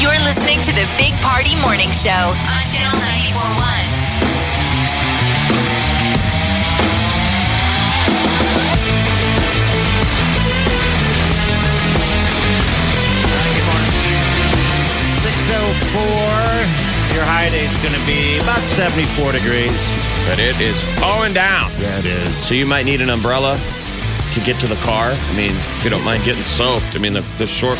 You're listening to the Big Party Morning Show on Channel 941. Six oh four. Your high date's going to be about seventy four degrees, but it is pouring down. Yeah, it is. So you might need an umbrella to get to the car. I mean, if you don't mind getting soaked. I mean, the, the short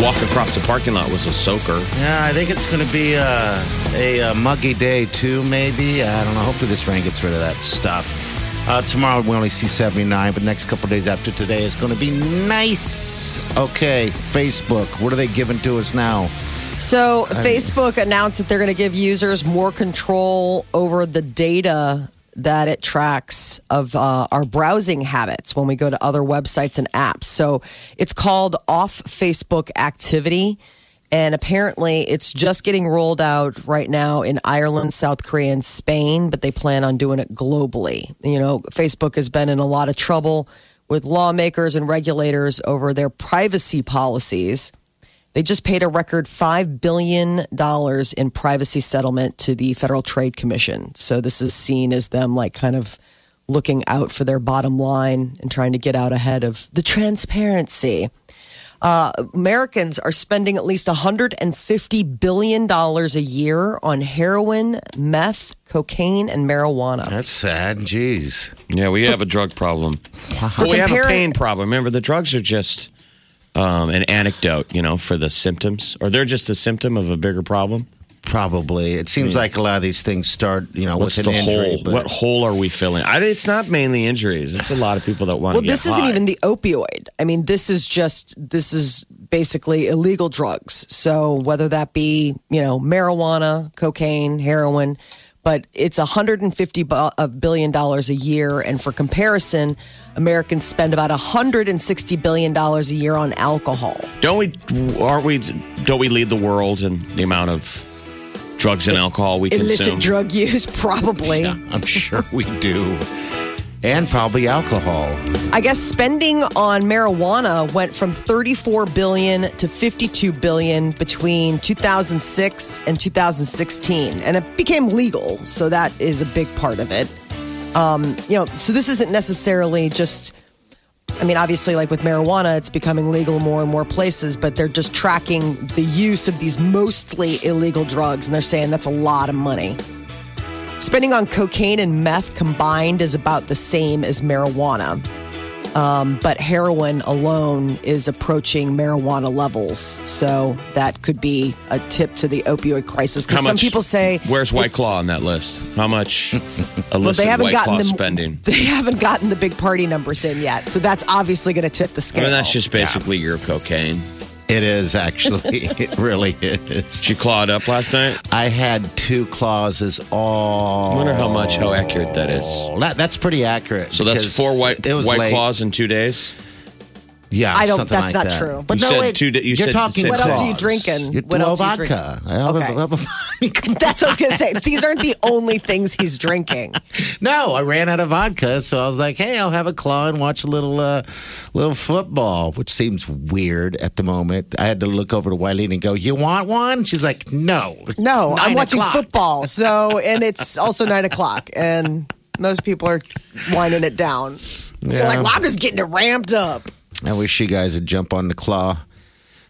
walk across the parking lot was a soaker. Yeah, I think it's going to be uh, a, uh muggy day too. Maybe I don't know. Hopefully, this rain gets rid of that stuff. Uh, tomorrow we only see 79, but next couple days after today is going to be nice. Okay, Facebook, what are they giving to us now? So Facebook announced that they're going to give users more control over the data that it tracks of uh, our browsing habits when we go to other websites and apps. So it's called off Facebook activity. And apparently, it's just getting rolled out right now in Ireland, South Korea, and Spain, but they plan on doing it globally. You know, Facebook has been in a lot of trouble with lawmakers and regulators over their privacy policies. They just paid a record $5 billion in privacy settlement to the Federal Trade Commission. So this is seen as them like kind of looking out for their bottom line and trying to get out ahead of the transparency. Uh, Americans are spending at least $150 billion a year on heroin, meth, cocaine, and marijuana. That's sad. Jeez. Yeah, we have a drug problem. But we have a comparing- pain problem. Remember, the drugs are just um, an anecdote, you know, for the symptoms, or they're just a symptom of a bigger problem. Probably. It seems like a lot of these things start, you know, What's with the an injury. hole? What hole are we filling? I, it's not mainly injuries. It's a lot of people that want Well, to get this isn't high. even the opioid. I mean, this is just this is basically illegal drugs. So whether that be you know marijuana, cocaine, heroin, but it's 150 bu- a billion dollars a year. And for comparison, Americans spend about 160 billion dollars a year on alcohol. Don't we? Aren't we? Don't we lead the world in the amount of drugs and alcohol we Illicit consume? drug use, probably. yeah, I'm sure we do. And probably alcohol. I guess spending on marijuana went from 34 billion to 52 billion between 2006 and 2016, and it became legal, so that is a big part of it. Um, you know, so this isn't necessarily just. I mean, obviously, like with marijuana, it's becoming legal more and more places, but they're just tracking the use of these mostly illegal drugs, and they're saying that's a lot of money. Spending on cocaine and meth combined is about the same as marijuana Um, but heroin alone is approaching marijuana levels. So that could be a tip to the opioid crisis. How Because some much- people say Where's White Claw on that list? How much illicit well, they haven't White gotten Claw the spending? They haven't gotten the big party numbers in yet. So that's obviously going to tip the I scale. mean, that's just basically your cocaine. It is actually. it really is. Did you claw it up last night? I had two clauses all. I wonder how much, how accurate that is. Oh, that, that's pretty accurate. So that's because four white it was white late. claws in two days. Yeah, I don't- something that's like not that. true. But You no, said wait, two da- you are said talking. six What else are you claws. drinking? You're, what well, else are you vodka. drinking? I have a- Okay. I have a- Come That's what I was going to say. These aren't the only things he's drinking. on. no, I ran out of vodka, so I was like, "Hey, I'll have a claw and watch a little, uh, little football," which seems weird at the moment. I had to look over to Wileen and go, "You want one?" She's like, "No, it's No, I'm nine watching o'clock." football. So, and it's also nine o'clock. And most people are winding it down. You're Yeah. like, well, I'm just getting it ramped up. I wish you guys would jump on the claw,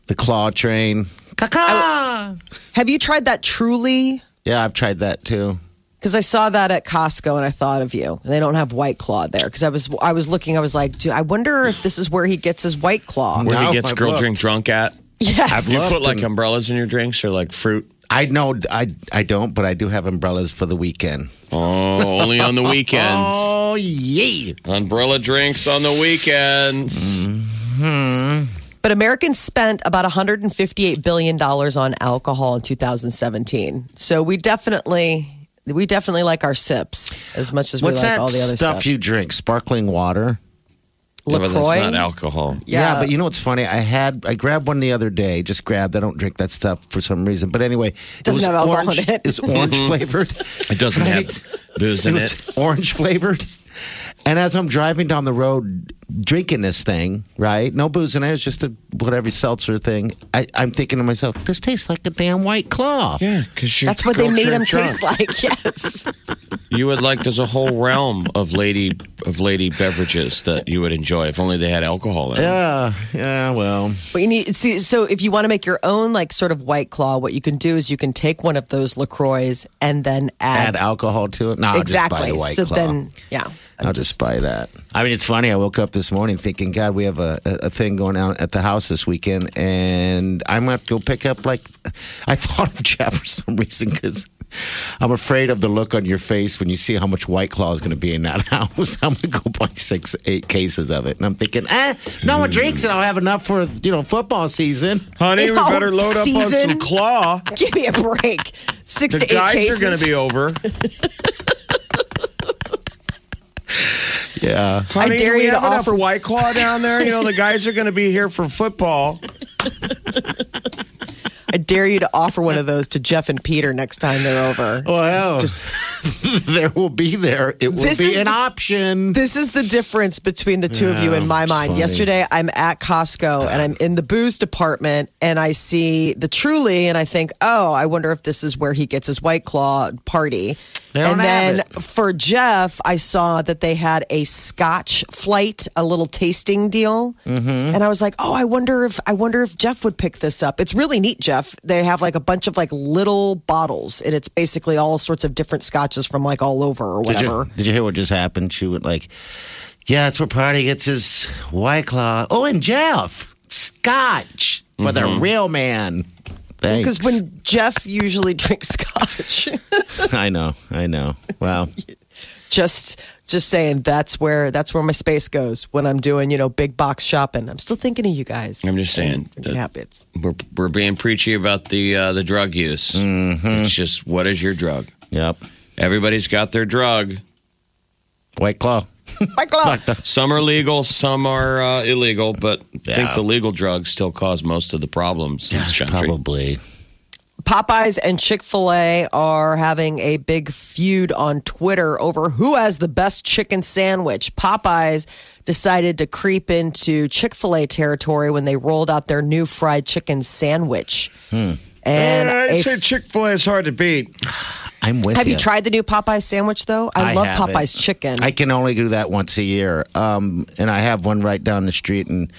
the claw train. Caw-caw! Have you tried that truly? Yeah, I've tried that too. Because I saw that at Costco and I thought of you. They don't have White Claw there. Because I was I was looking. I was like, dude, I wonder if this is where he gets his White Claw. Where No, he gets I've girl looked. drink drunk at? Yes. You put like umbrellas in your drinks or like fruit? I know I I don't, but I do have umbrellas for the weekend. Oh, only on the weekends. Oh yeah. Umbrella drinks on the weekends. But Americans spent about $158 billion on alcohol in 2017. So we definitely we definitely like our sips as much as we What's like that all the other stuff, stuff. you drink? Sparkling water. Yeah, but LaCroix? that's not alcohol. Yeah. but you know what's funny? I had I grabbed one the other day. Just grabbed. I don't drink that stuff for some reason. But anyway, it Doesn't was have alcohol orange, in it. It's orange flavored. It doesn't Right? have booze It in was it. orange flavored. And as I'm driving down the road, drinking this thing, right? No booze in it. It's just a whatever seltzer thing. I, I'm thinking to myself, this tastes like a damn white claw. Yeah, because That's what they made them taste like. Yes. You would like there's a whole realm of lady of lady beverages that you would enjoy if only they had alcohol in it. Yeah. Yeah. Well. But you need see. So if you want to make your own like sort of white claw, what you can do is you can take one of those Lacroix and then add add, alcohol to it. No, exactly. I'll just buy the white so claw. then, yeah, I'll just, buy that. I mean, it's funny. I woke up this morning thinking, God, we have a, a a thing going on at the house this weekend, and I'm gonna have to go pick up. Like, I thought of Jeff for some reason because I'm afraid of the look on your face when you see how much White Claw is gonna be in that house. I'm gonna go buy six, eight cases of it, and I'm thinking, eh, no one drinks it. I'll have enough for you know football season. Honey, we Oh, better load up on season. some claw. Give me a break. Six The to eight guys cases. are going to be over. Yeah, Honey, dare do we you to have enough offer- White Claw down there. You know, the guys are going to be here for football. I dare you to offer one of those to Jeff and Peter next time they're over. well, there will be there. It will This be is an the- option. This is the difference between the two of you in my mind. Yesterday, I'm at Costco and I'm in the booze department and I see the Truly and I think, oh, I wonder if this is where he gets his White Claw party. They don't and have then for Jeff, I saw that they had a Scotch flight, a little tasting deal, Mm-hmm. and I was like, "Oh, I wonder if I wonder if Jeff would pick this up." It's really neat, Jeff. They have like a bunch of like little bottles, and it's basically all sorts of different scotches from like all over or Did you- whatever. Did you, hear what just happened? She went like, "Yeah, that's where Party gets his white claw." Oh, and Jeff Scotch for the Mm-hmm. real man. Thanks. Because when Jeff usually drinks scotch, I know, I know. Wow. just just saying that's where that's where my space goes when I'm doing you know big box shopping. I'm still thinking of you guys. I'm just saying. uh, Drinking habits. We're, we're being preachy about the uh, the drug use. Mm-hmm. It's just what is your drug? Yep. Everybody's got their drug. White claw. Oh. Some are legal, some are uh, illegal, but I think Yeah. the legal drugs still cause most of the problems in this country. Probably. Popeyes and Chick Fil A are having a big feud on Twitter over who has the best chicken sandwich. Popeyes decided to creep into Chick Fil A territory when they rolled out their new fried chicken sandwich. Hmm. And a Chick Fil A is hard to beat. I'm with Have you ya. tried the new Popeyes sandwich though? I, love haven't. Popeyes chicken. I can only do that once a year. Um, and I have one right down the street. And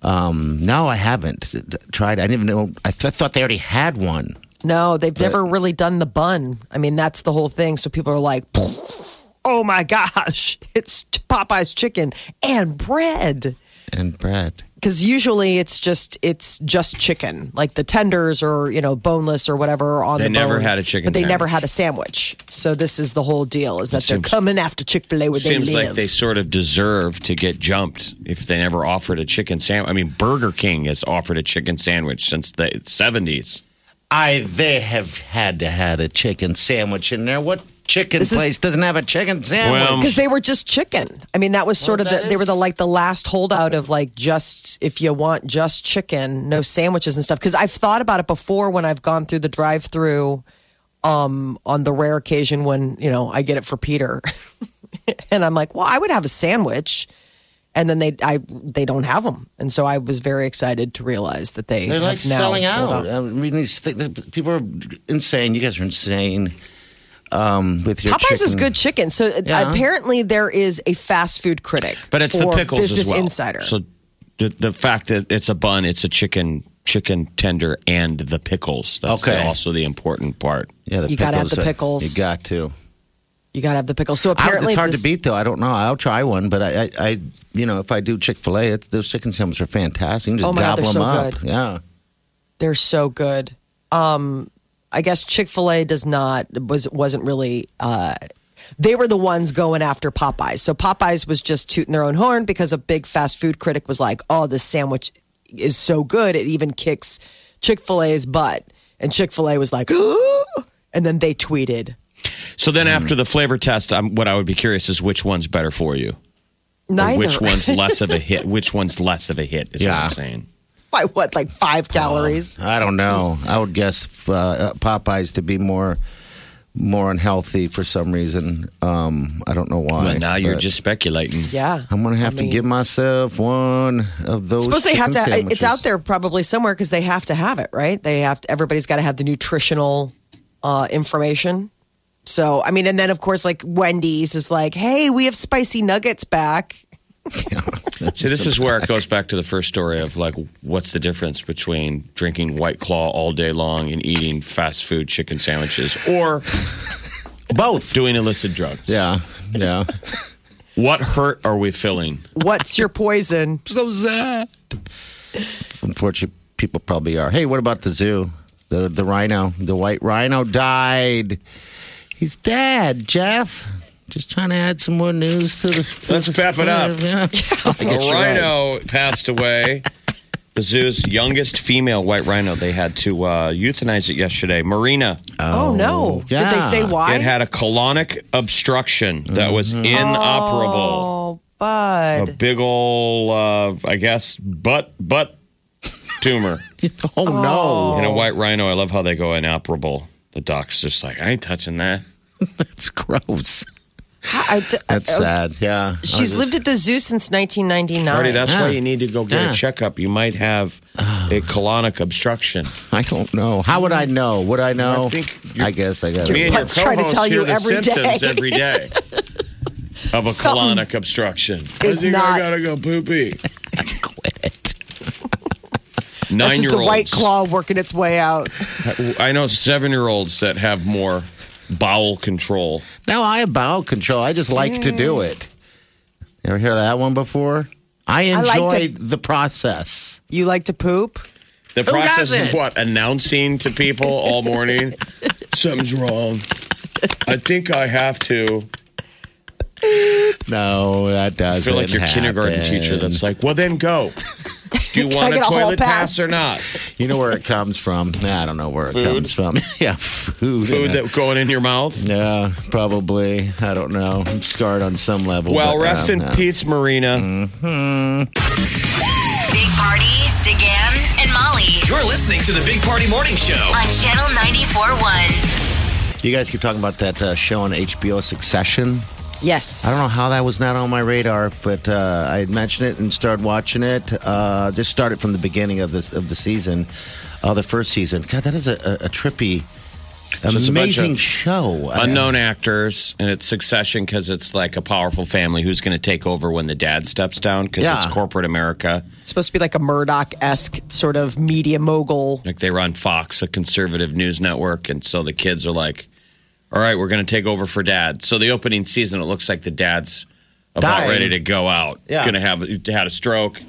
um, no, I haven't tried. I didn't even know. I, th- thought they already had one. no, they've never really done the bun. I mean, that's the whole thing. So people are like, "Oh my gosh, it's Popeyes chicken and bread." And Brad. Because usually it's just it's just chicken, like the tenders or you know boneless or whatever are on They the never bone. had a chicken but they never sandwich. had a sandwich. So this is the whole deal: is that they're seems- coming after Chick Fil A where Seems they live. like they sort of deserve to get jumped if they never offered a chicken sandwich. I mean, Burger King has offered a chicken sandwich since the 70s. I they have had to had a chicken sandwich in there. What chicken This is- place doesn't have a chicken sandwich? Well, because they were just chicken. I mean, that was sort of Well, the, that they were the is- like the last holdout of like just if you want just chicken, no sandwiches and stuff. Because I've thought about it before when I've gone through the drive-through, um, on the rare occasion when you know I get it for Peter, and I'm like, well, I would have a sandwich, and then they I they don't have them, and so I was very excited to realize that they They're have like now selling sold out. Uh, I mean, these th- th- people are insane. You guys are insane. Um, with your Popeyes chicken. is good chicken. So uh, Yeah. apparently there is a fast food critic, But it's the for pickles Business as well. Insider. So the, the fact that it's a bun, it's a chicken chicken tender and the pickles. That's the- Okay. also the important part. Yeah, the You gotta have the uh, pickles. You got to. you gotta have the pickles. So I, apparently it's hard this- to beat though. I don't know. I'll try one, but I, I, I you know, if I do Chick Fil A, those chicken sandwiches are fantastic. You can just Oh my God, gobble them they're so up. good. Yeah. They're so good. Um, I guess Chick Fil A does not was wasn't really. Uh, they were the ones going after Popeyes. So Popeyes was just tooting their own horn because a big fast food critic was like, "Oh, this sandwich is so good it even kicks Chick Fil A's butt. And Chick Fil A was like, and then they tweeted, So then Mm. after the flavor test, I'm, what I would be curious is which one's better for you. Or neither. Which one's less of a hit? Which one's less of a hit is what Yeah. I'm saying. By what, like Um, five calories? I don't know. I would guess uh, Popeyes to be more more unhealthy for some reason. Um, I don't know why. Well, now you're but just speculating. yeah. I'm gonna have to give myself one of those. Suppose they have to. uh, chicken It's sandwiches. out there probably somewhere because they have to have it, right? They have. To, everybody's got to have the nutritional uh, information. So I mean, and then of course, like Wendy's is like, hey, we have spicy nuggets back. See, this is where it goes back to the first story of like, what's the difference between drinking White Claw all day long and eating fast food chicken sandwiches or Both. doing illicit drugs? Yeah, yeah. What hurt are we feeling? What's your poison? so sad. Unfortunately, people probably are. Hey, what about the zoo? The the rhino, the white rhino died. He's dead, Jeff. Just trying to add some more news to the. To Let's the pep it up. Yeah. I guess A you're right. rhino passed away. The zoo's youngest female white rhino. They had to uh, euthanize it yesterday. Marina. Oh, no! Did they say yeah. why? Mm-hmm. It had a colonic obstruction that was inoperable. oh, bud. A big ol', uh, I guess, butt butt tumor Oh, no, in a white rhino. I love how they go inoperable. The doc's just like, I ain't touching that. that's gross. I- I- That's I- sad. Yeah, She's I just- lived at the zoo since 1999. Marty, that's why Yeah. you need to go get Yeah. a checkup. You might have Ah. a colonic obstruction. I don't know. How would I know? Would I know? I think you're- I guess I got Me and it. your Let's try to co-host tell hear you the every symptoms day. every day of a Something colonic obstruction. I is think not- I gotta go poopy. Quit it. This Nine is year the olds. white claw working its way out. I know seven year olds that have more bowel control. No, I have bowel control. I just like to do Mm. it. You ever hear that one before? I like enjoy to- the process. You like to poop? The Who process doesn't? of what? Announcing to people all morning something's wrong. I think I have to. No, that I doesn't. feel like your kindergarten happen. teacher that's like, well, then go. Do you want a get a hall toilet pass? pass or not? You know where it comes from? Nah, I don't know where it comes from. yeah, food. Food and- that going in your mouth? Yeah, probably. I don't know. I'm scarred on some level. Well, but, rest uh, in no. peace, Marina. Mm. Big Party, DeGan, and Molly You're listening to the Big Party Morning Show. on Channel 94.1. You guys keep talking about that uh, show on HBO, Succession. Yes. I don't know how that was not on my radar, but uh, I had mentioned it and started watching it. Uh, just started from the beginning of this of the season, uh, the first season. God, that is a, a, a trippy, it's a bunch amazing of show. unknown actors and it's succession because it's like a powerful family who's going to take over when the dad steps down because Yeah. it's corporate america It's supposed to be like a Murdoch esque sort of media mogul. like they run fox a conservative news network and so the kids are like all right we're going to take over for dad so the opening season it looks like the dad's about Dying. ready to go out Yeah. going to have had a stroke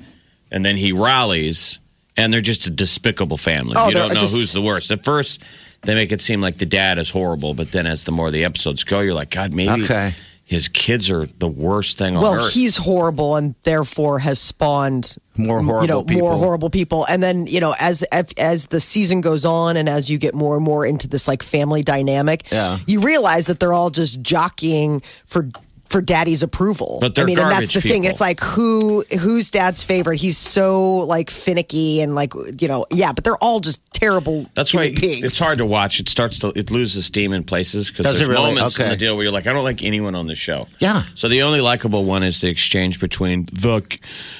and then he rallies and they're just a despicable family Oh, you they're don't know just- who's the worst at first they make it seem like the dad is horrible but then as the more the episodes go you're like god maybe Okay. his kids are the worst thing on Well, earth he's horrible and therefore has spawned More you know, horrible people. more horrible people. And then, you know, as as- as the season goes on and as you get more and more into this like family dynamic, Yeah. you realize that they're all just jockeying for for daddy's approval. But they're I mean, and that's garbage the thing. people. It's like who who's dad's favorite? He's so like finicky and like you know, yeah, but they're all just terrible. That's why human pigs. it's hard to watch. It starts to it loses steam in places because Does there's it really? moments in Okay. the deal where you're like, I don't like anyone on the show. Yeah. So the only likable one is the exchange between the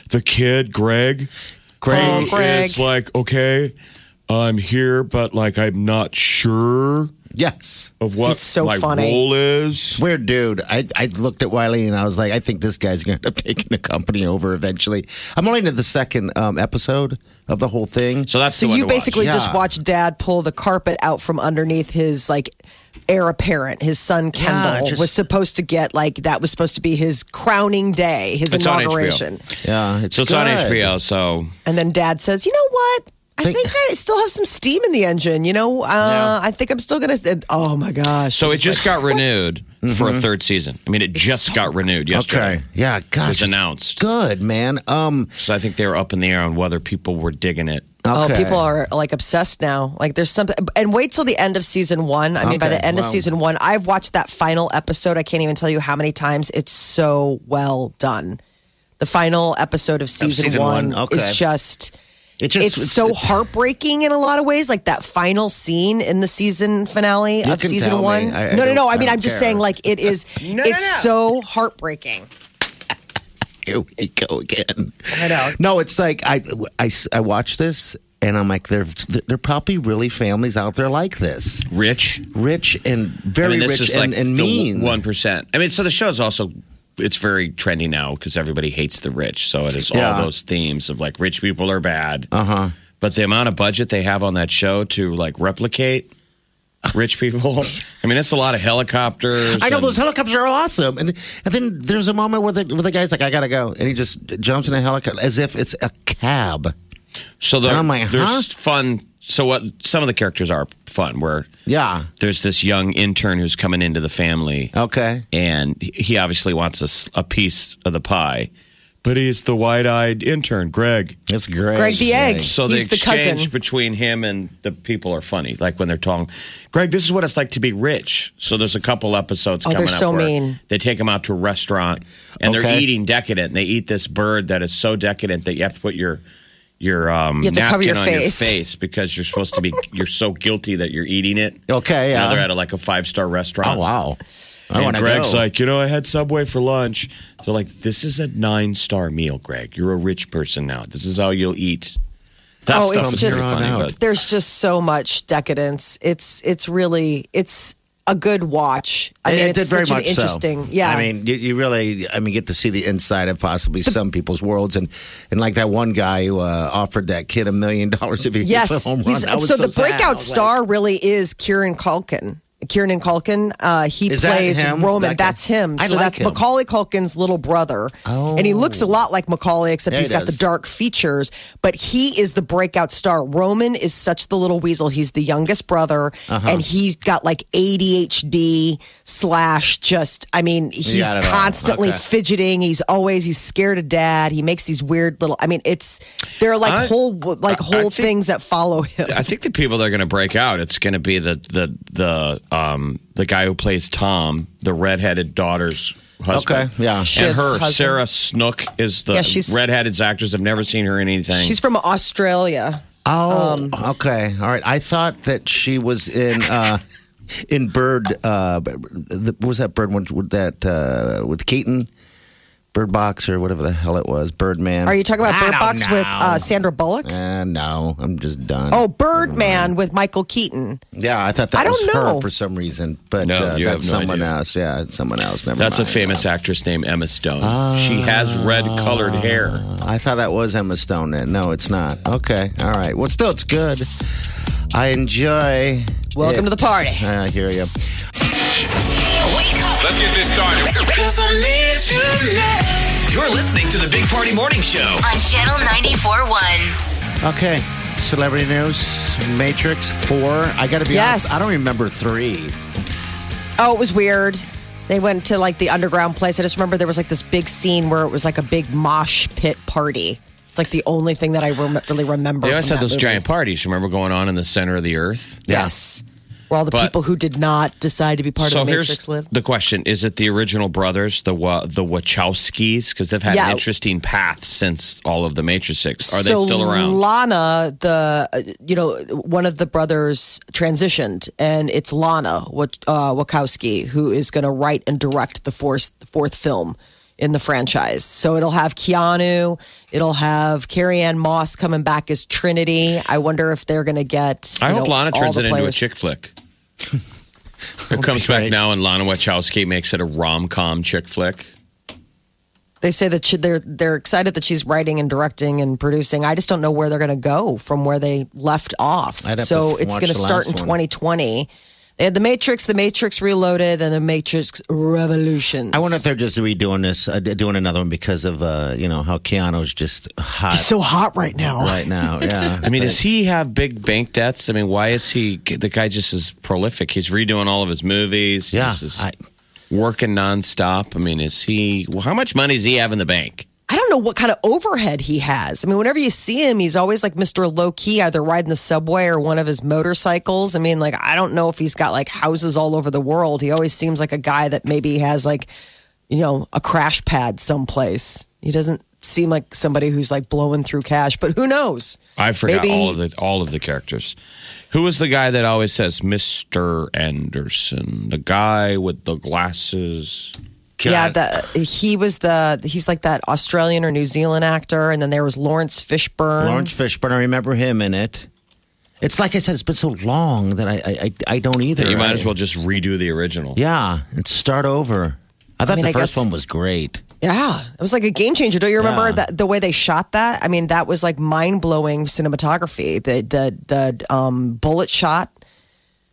the kid Greg. Oh, Greg. Greg. is like, okay, I'm here, but like I'm not sure yes. of what It's so my funny. role is. Weird dude. I, I looked at Wiley and I was like, I think this guy's going to end up taking the company over eventually. I'm only into the second um, episode of the whole thing. So that's So the one you to watch. basically just Yeah. watch dad pull the carpet out from underneath his like heir apparent, his son Kendall just- was supposed to get like that was supposed to be his crowning day, his It's on HBO. inauguration. Yeah, So it's on good. HBO. So And then dad says, "You know what? I think I still have some steam in the engine. You know, uh, I think I'm still gonna. Oh my gosh! So it just got renewed for a third season. I mean, it just got renewed yesterday. Okay. Yeah. God. was announced. Good man. Um. So I think they were up in the air on whether people were digging it. Oh, okay. people are like obsessed now. Like there's something, and wait till the end of season one. I mean, by Okay, the end of wow. season one, I've watched that final episode. I can't even tell you how many times. It's so well done. The final episode of season, season one, one, okay. is just. It It's, so heartbreaking in a lot of ways, like that final scene in the season finale You of can season tell me. one. I- I no, don't- no, no. I I mean, don't I'm just care. saying, like it is. it's so heartbreaking. Here we go again. I know. No, it's like I, I, I watch this and I'm like, there, there are probably really families out there like this, Rich. rich and very I mean, this rich is and, like and mean. one percent. I mean, so the show is also it's very trendy now because everybody hates the rich. So it is Yeah. all those themes of like rich people are bad, Uh huh. but the amount of budget they have on that show to like replicate rich people. I mean, it's a lot of helicopters. I know and- those helicopters are awesome, and and then there's a moment where the where the guy's like, "I gotta go," and he just jumps in a helicopter as if it's a cab. So the, And I'm like, there's Oh, huh? fun. So what? Some of the characters are fun. Where Yeah. there's this young intern who's coming into the family. Okay. and he obviously wants a s- a, piece of the pie, but he's the wide-eyed intern, Greg. It's great. Greg the egg. So He's the the cousin. exchange between him and the people are funny. Like when they're talking, Greg, this is what it's like to be rich. So there's a couple episodes Oh, coming they're up so where mean. they take him out to a restaurant and they're Okay. eating decadent. They eat this bird that is so decadent that you have to put your your um, You have to napkin cover your on face. your face because you're supposed to be you're so guilty that you're eating it. Okay. Now Oh, they're Yeah. at a, like a five star restaurant Oh wow. I and wanna Greg's go. like, you know, I had Subway for lunch. They're like, this is a nine star meal, Greg. You're a rich person now. This is how you'll eat. That Oh, stuff it's is just- pretty funny, Out. but there's just so much decadence. It's it's really it's a good watch. I mean, it it's did very such an much so. interesting. Yeah, I mean, you, you really, I mean, get to see the inside of possibly some people's worlds, and and like that one guy who uh, offered that kid a million dollars if he yes. hits a home run. He's- I was so, the sad. I breakout was like, star really is Kieran Culkin. Kieran Culkin, uh, he Is that plays him? Roman. That guy? that's him. I so like that's him. Macaulay Culkin's little brother, oh. and he looks a lot like Macaulay, except Yeah, he's he got does. the dark features. But he is the breakout star. Roman is such the little weasel. He's the youngest brother, Uh-huh. and he's got like ADHD slash just. I mean, he's Got it all. constantly Okay. fidgeting. He's always he's scared of dad. He makes these weird little. I mean, it's there are like I- whole like I- I whole think- things that follow him. I think the people that are going to break out, it's going to be the the the um the guy who plays Tom, the redheaded daughter's husband. Okay, yeah. and Shit's her husband. Sarah Snook is the Yeah, she's- redheaded actress. I've never seen her in anything. She's from Australia. Oh, Um, okay, all right. I thought that she was in uh, in Bird. Uh, the, what was that Bird one with that uh, with Keaton? Bird Box or whatever the hell it was. Birdman. Are you talking about I Bird don't Box with uh, Sandra Bullock? Uh, no, I'm just done. Oh, Birdman with Michael Keaton. Yeah, I thought that I don't was know. her for some reason, but No, uh, you that's have no someone idea. else. Yeah, it's someone else. Never. That's a mind. famous actress named Emma Stone. she has red colored hair. Oh. Uh, I thought that was Emma Stone. Then no, it's not. Okay, all right. Well, still, it's good. I enjoy. Welcome to the party. I hear you. Wake up. Let's get this started. You're listening to the Big Party Morning Show. On Channel 94.1. Okay, celebrity news. Matrix four. I got to be Yes. honest. I don't remember three. Oh, it was weird. They went to like the underground place. I just remember there was like this big scene where it was like a big mosh pit party. It's like the only thing that I rem- really remember. They always from had that those movie. giant parties. Remember going on in the center of the earth? Yes. Where all the But- people who did not decide to be part of the Matrix live. the question: Is it the original brothers, the Wa- the Wachowskis? Because they've had Yeah. an interesting path since all of the Matrix Six. Are they so still around? Lana, the uh, you know one of the brothers transitioned, and it's Lana Wach- uh, Wachowski who is going to write and direct the fourth fourth film in the franchise. So it'll have Keanu, it'll have Carrie Ann Moss coming back as Trinity. I wonder if they're going to get. I you hope know, Lana all turns the it into a players. chick flick. it comes back great. now, and Lana Wachowski makes it a rom com chick flick. They say that she, they're they're excited that she's writing and directing and producing. I just don't know where they're going to go from where they left off. I'd have to So f- it's watch going to the start in last one. 2020. They had The Matrix, The Matrix Reloaded, and The Matrix Revolutions. I wonder if they're just redoing this, uh, doing another one because of uh, you know how Keanu's just hot He's so hot right now. right now. Yeah, I mean, does he have big bank debts? I mean, why is he? The guy just is prolific. He's redoing all of his movies. yeah. He's just I, working nonstop. I mean, is he? How much money does he have in the bank? I don't know what kind of overhead he has. I mean, whenever you see him, he's always like Mr. Low Key, either riding the subway or one of his motorcycles. I mean, like, I don't know if he's got like houses all over the world. He always seems like a guy that maybe has like, you know, a crash pad someplace. He doesn't seem like somebody who's like blowing through cash, but who knows? I forgot Maybe- all of the all of the characters. Who was the guy that always says Mister Anderson? The guy with the glasses. Yeah, the, he was the, he's like that Australian or New Zealand actor. And then there was Lawrence Fishburne. Lawrence Fishburne. I remember him in it. It's like I said, it's been so long that I I, I I don't either. You might I- as well just redo the original. Yeah, and start over. I thought mean, the I first guess- one was great. Yeah, it was like a game changer. Don't you remember Yeah. that the way they shot that? I mean, that was like mind blowing cinematography. The the the um, bullet shot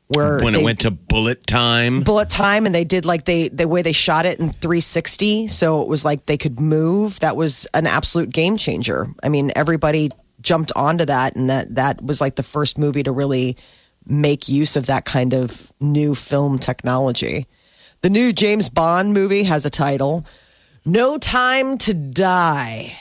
where When they- it went to bullet time. bullet time, and they did like they the way they shot it in 360, so it was like they could move. That was an absolute game changer. I mean, everybody jumped onto that, and that that was like the first movie to really make use of that kind of new film technology. The new James Bond movie has a title. No Time to Die.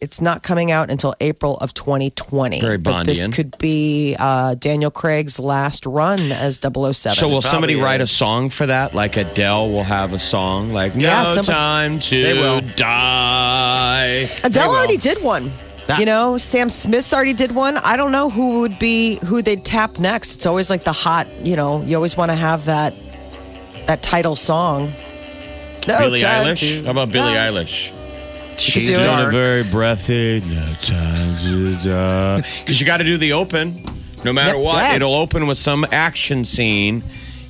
It's not coming out until April of 2020. Very But this Bondian. could be uh, Daniel Craig's last run as 007. So will somebody probably write a is. song for that? Like Adele will have a song like "No Yeah, somebody- Time They will. to Die." Adele already did one. That- You know, Sam Smith already did one. I don't know who would be who they'd tap next. It's always like the hot, you know, you always want to have that that title song. No Billie time Eilish. to How about Billie die. Eilish? She could She's do done it. Dark. very breathy. No time to die. Because you got to do the open, no matter Yep. what. Yes. It'll open with some action scene,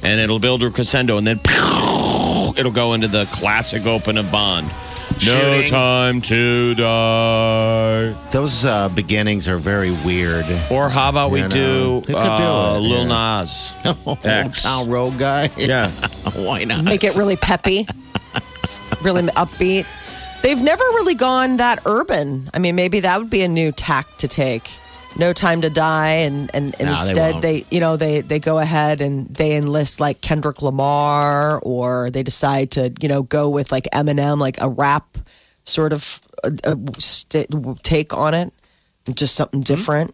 and it'll build crescendo, and then it'll go into the classic open of Bond. No Shooting. time to die. Those uh, beginnings are very weird. Or how about we You know, do you could uh, do it, Lil yeah. Oh, Nas? X. Town road guy. Yeah. Why not? make it really peppy, It's really upbeat. They've never really gone that urban. I mean, maybe that would be a new tack to take. No time to die, and and, No, and they instead won't. they, you know they they go ahead and they enlist like Kendrick Lamar, or they decide to you know go with like Eminem, like a rap sort of uh, uh, st- take on it, just something different.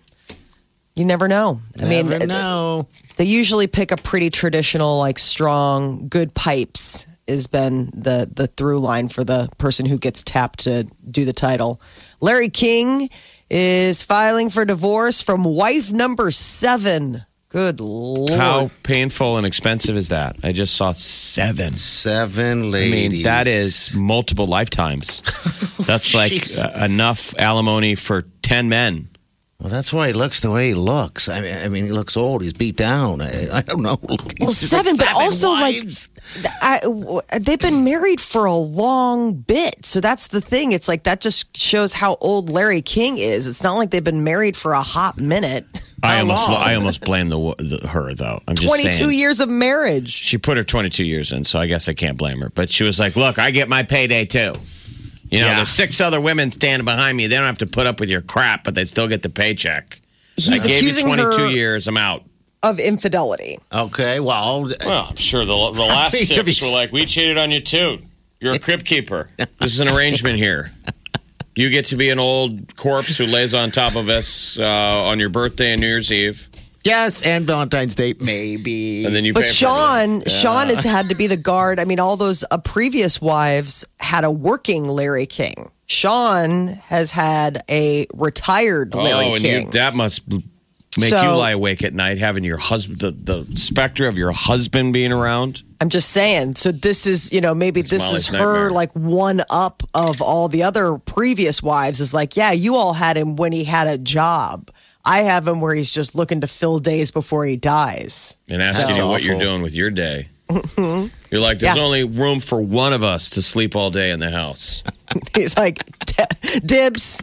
You never know. I mean, Mm-hmm. Never uh, know. they usually pick a pretty traditional like strong good pipes has been the the through line for the person who gets tapped to do the title larry king is filing for divorce from wife number seven good lord How painful and expensive is that? I just saw seven. Seven I ladies. mean, that is multiple lifetimes. Oh, That's like Jeez. uh, enough alimony for 10 men. Well, that's why he looks the way he looks. I mean, I mean, he looks old. He's beat down. I, I don't know. well He's seven but also wives. like I, w- they've been married for a long bit so that's the thing it's like that just shows how old larry king is it's not like they've been married for a hot minute I almost, long? I almost blame the, wo- the her though. I'm just 22 saying. years of marriage She put her 22 years in, so I guess I can't blame her. But she was like, "Look, I get my payday too. You know, Yeah. there's six other women standing behind me. They don't have to put up with your crap, but they still get the paycheck. He's I gave you accusing 22 her years. I'm out." of infidelity. okay. Well, Well, I'm sure the the last mean, if six he's- were like, "We cheated on you too. You're a crib keeper. This is an arrangement here." You get to be an old corpse who lays on top of us uh, on your birthday and New Year's Eve, yes, and Valentine's Day maybe. and then you. But pay for everything. Sean, Sean has had to be the guard. I mean, all those uh, previous wives had a working Larry King. Sean has had a retired Larry oh, King. and you, that must make you So- lie awake at night having your husband, the, the specter of your husband being around. I'm just saying. So this is, you know, maybe this Molly's is her nightmare. like one up of all the other previous wives. Is like, yeah, you all had him when he had a job. I have him where he's just looking to fill days before he dies. And asking Sounds you what you're awful. doing with your day. You're like, there's Mm-hmm. Yeah. only room for one of us to sleep all day in the house. He's like, "D- dibs.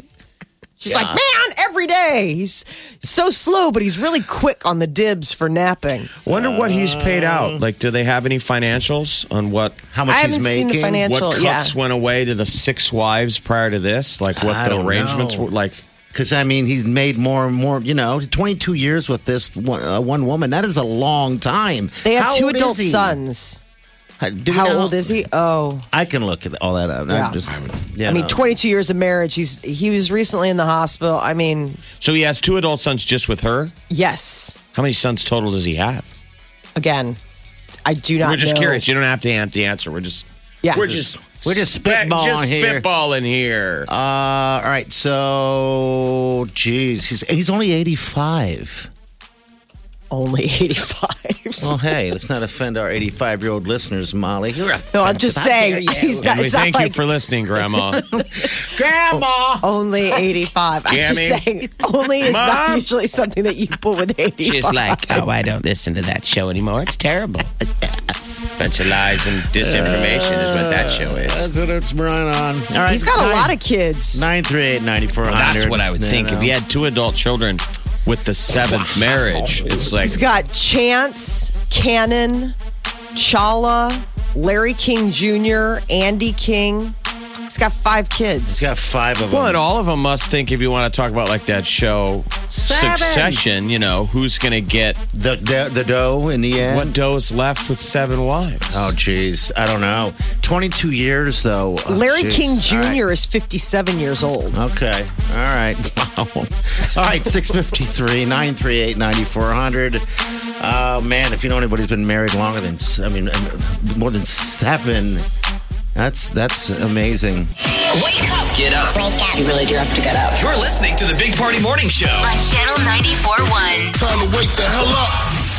She's like, man, every day. He's so slow, but he's really quick on the dibs for napping. Wonder what he's paid out. Like, do they have any financials on what How much I he's haven't seen making? the financial- what yeah. cuts went away to the six wives prior to this? Like, what I the don't arrangements know. were like? Because I mean, he's made more and more. You know, 22 years with this one, uh, one woman. That is a long time. They have How two old adult is he? sons. Uh, do we How know? old is he? Oh, I can look at all that up. Yeah. I, just, yeah, I mean, no. 22 years of marriage. He's he was recently in the hospital. I mean, So he has two adult sons just with her. yes. How many sons total does he have? Again, I do not. We're just know. curious. You don't have to have the answer. We're just Yeah. we're just We're just spe- spitballing just here. spitballing here. Uh, all right, so jeez, he's he's only 85. only 85. Oh, Well, hey, let's not offend our 85 year old listeners, Molly. You're a No, I'm just saying. He's not, Anyway, it's not thank like you for listening, Grandma. grandma. only 85. I'm just Jamie? saying, only is not Mom? usually something that you put with 85. like, oh, I don't listen to that show anymore. It's terrible. Bunch of lies and disinformation is what that show is. That's what it's running on. All right, He's got a lot of kids. 938 9400. That's what I would think. If you had two adult children with the seventh marriage, it's like He's got Chance, Cannon, Chala, Larry King Jr., Andy King. He's got five kids. got five of them. Well, and all of them must think if you want to talk about like that show Seven. Succession, you know, who's going to get The, the, the dough in the end. what dough is left with seven wives? Oh, jeez. I don't know. 22 years, though. Oh, Larry jeez. King Jr. All right. is 57 years old. Okay. All right. Wow. All right. 653 938 9400. Oh, man. If you know anybody who's been married longer than, s- I mean, um, more than seven, that's that's amazing. Wake up Get up. You really do have to get up. You're listening to the Big Party Morning Show. on Channel 94.1. Time to wake the hell up.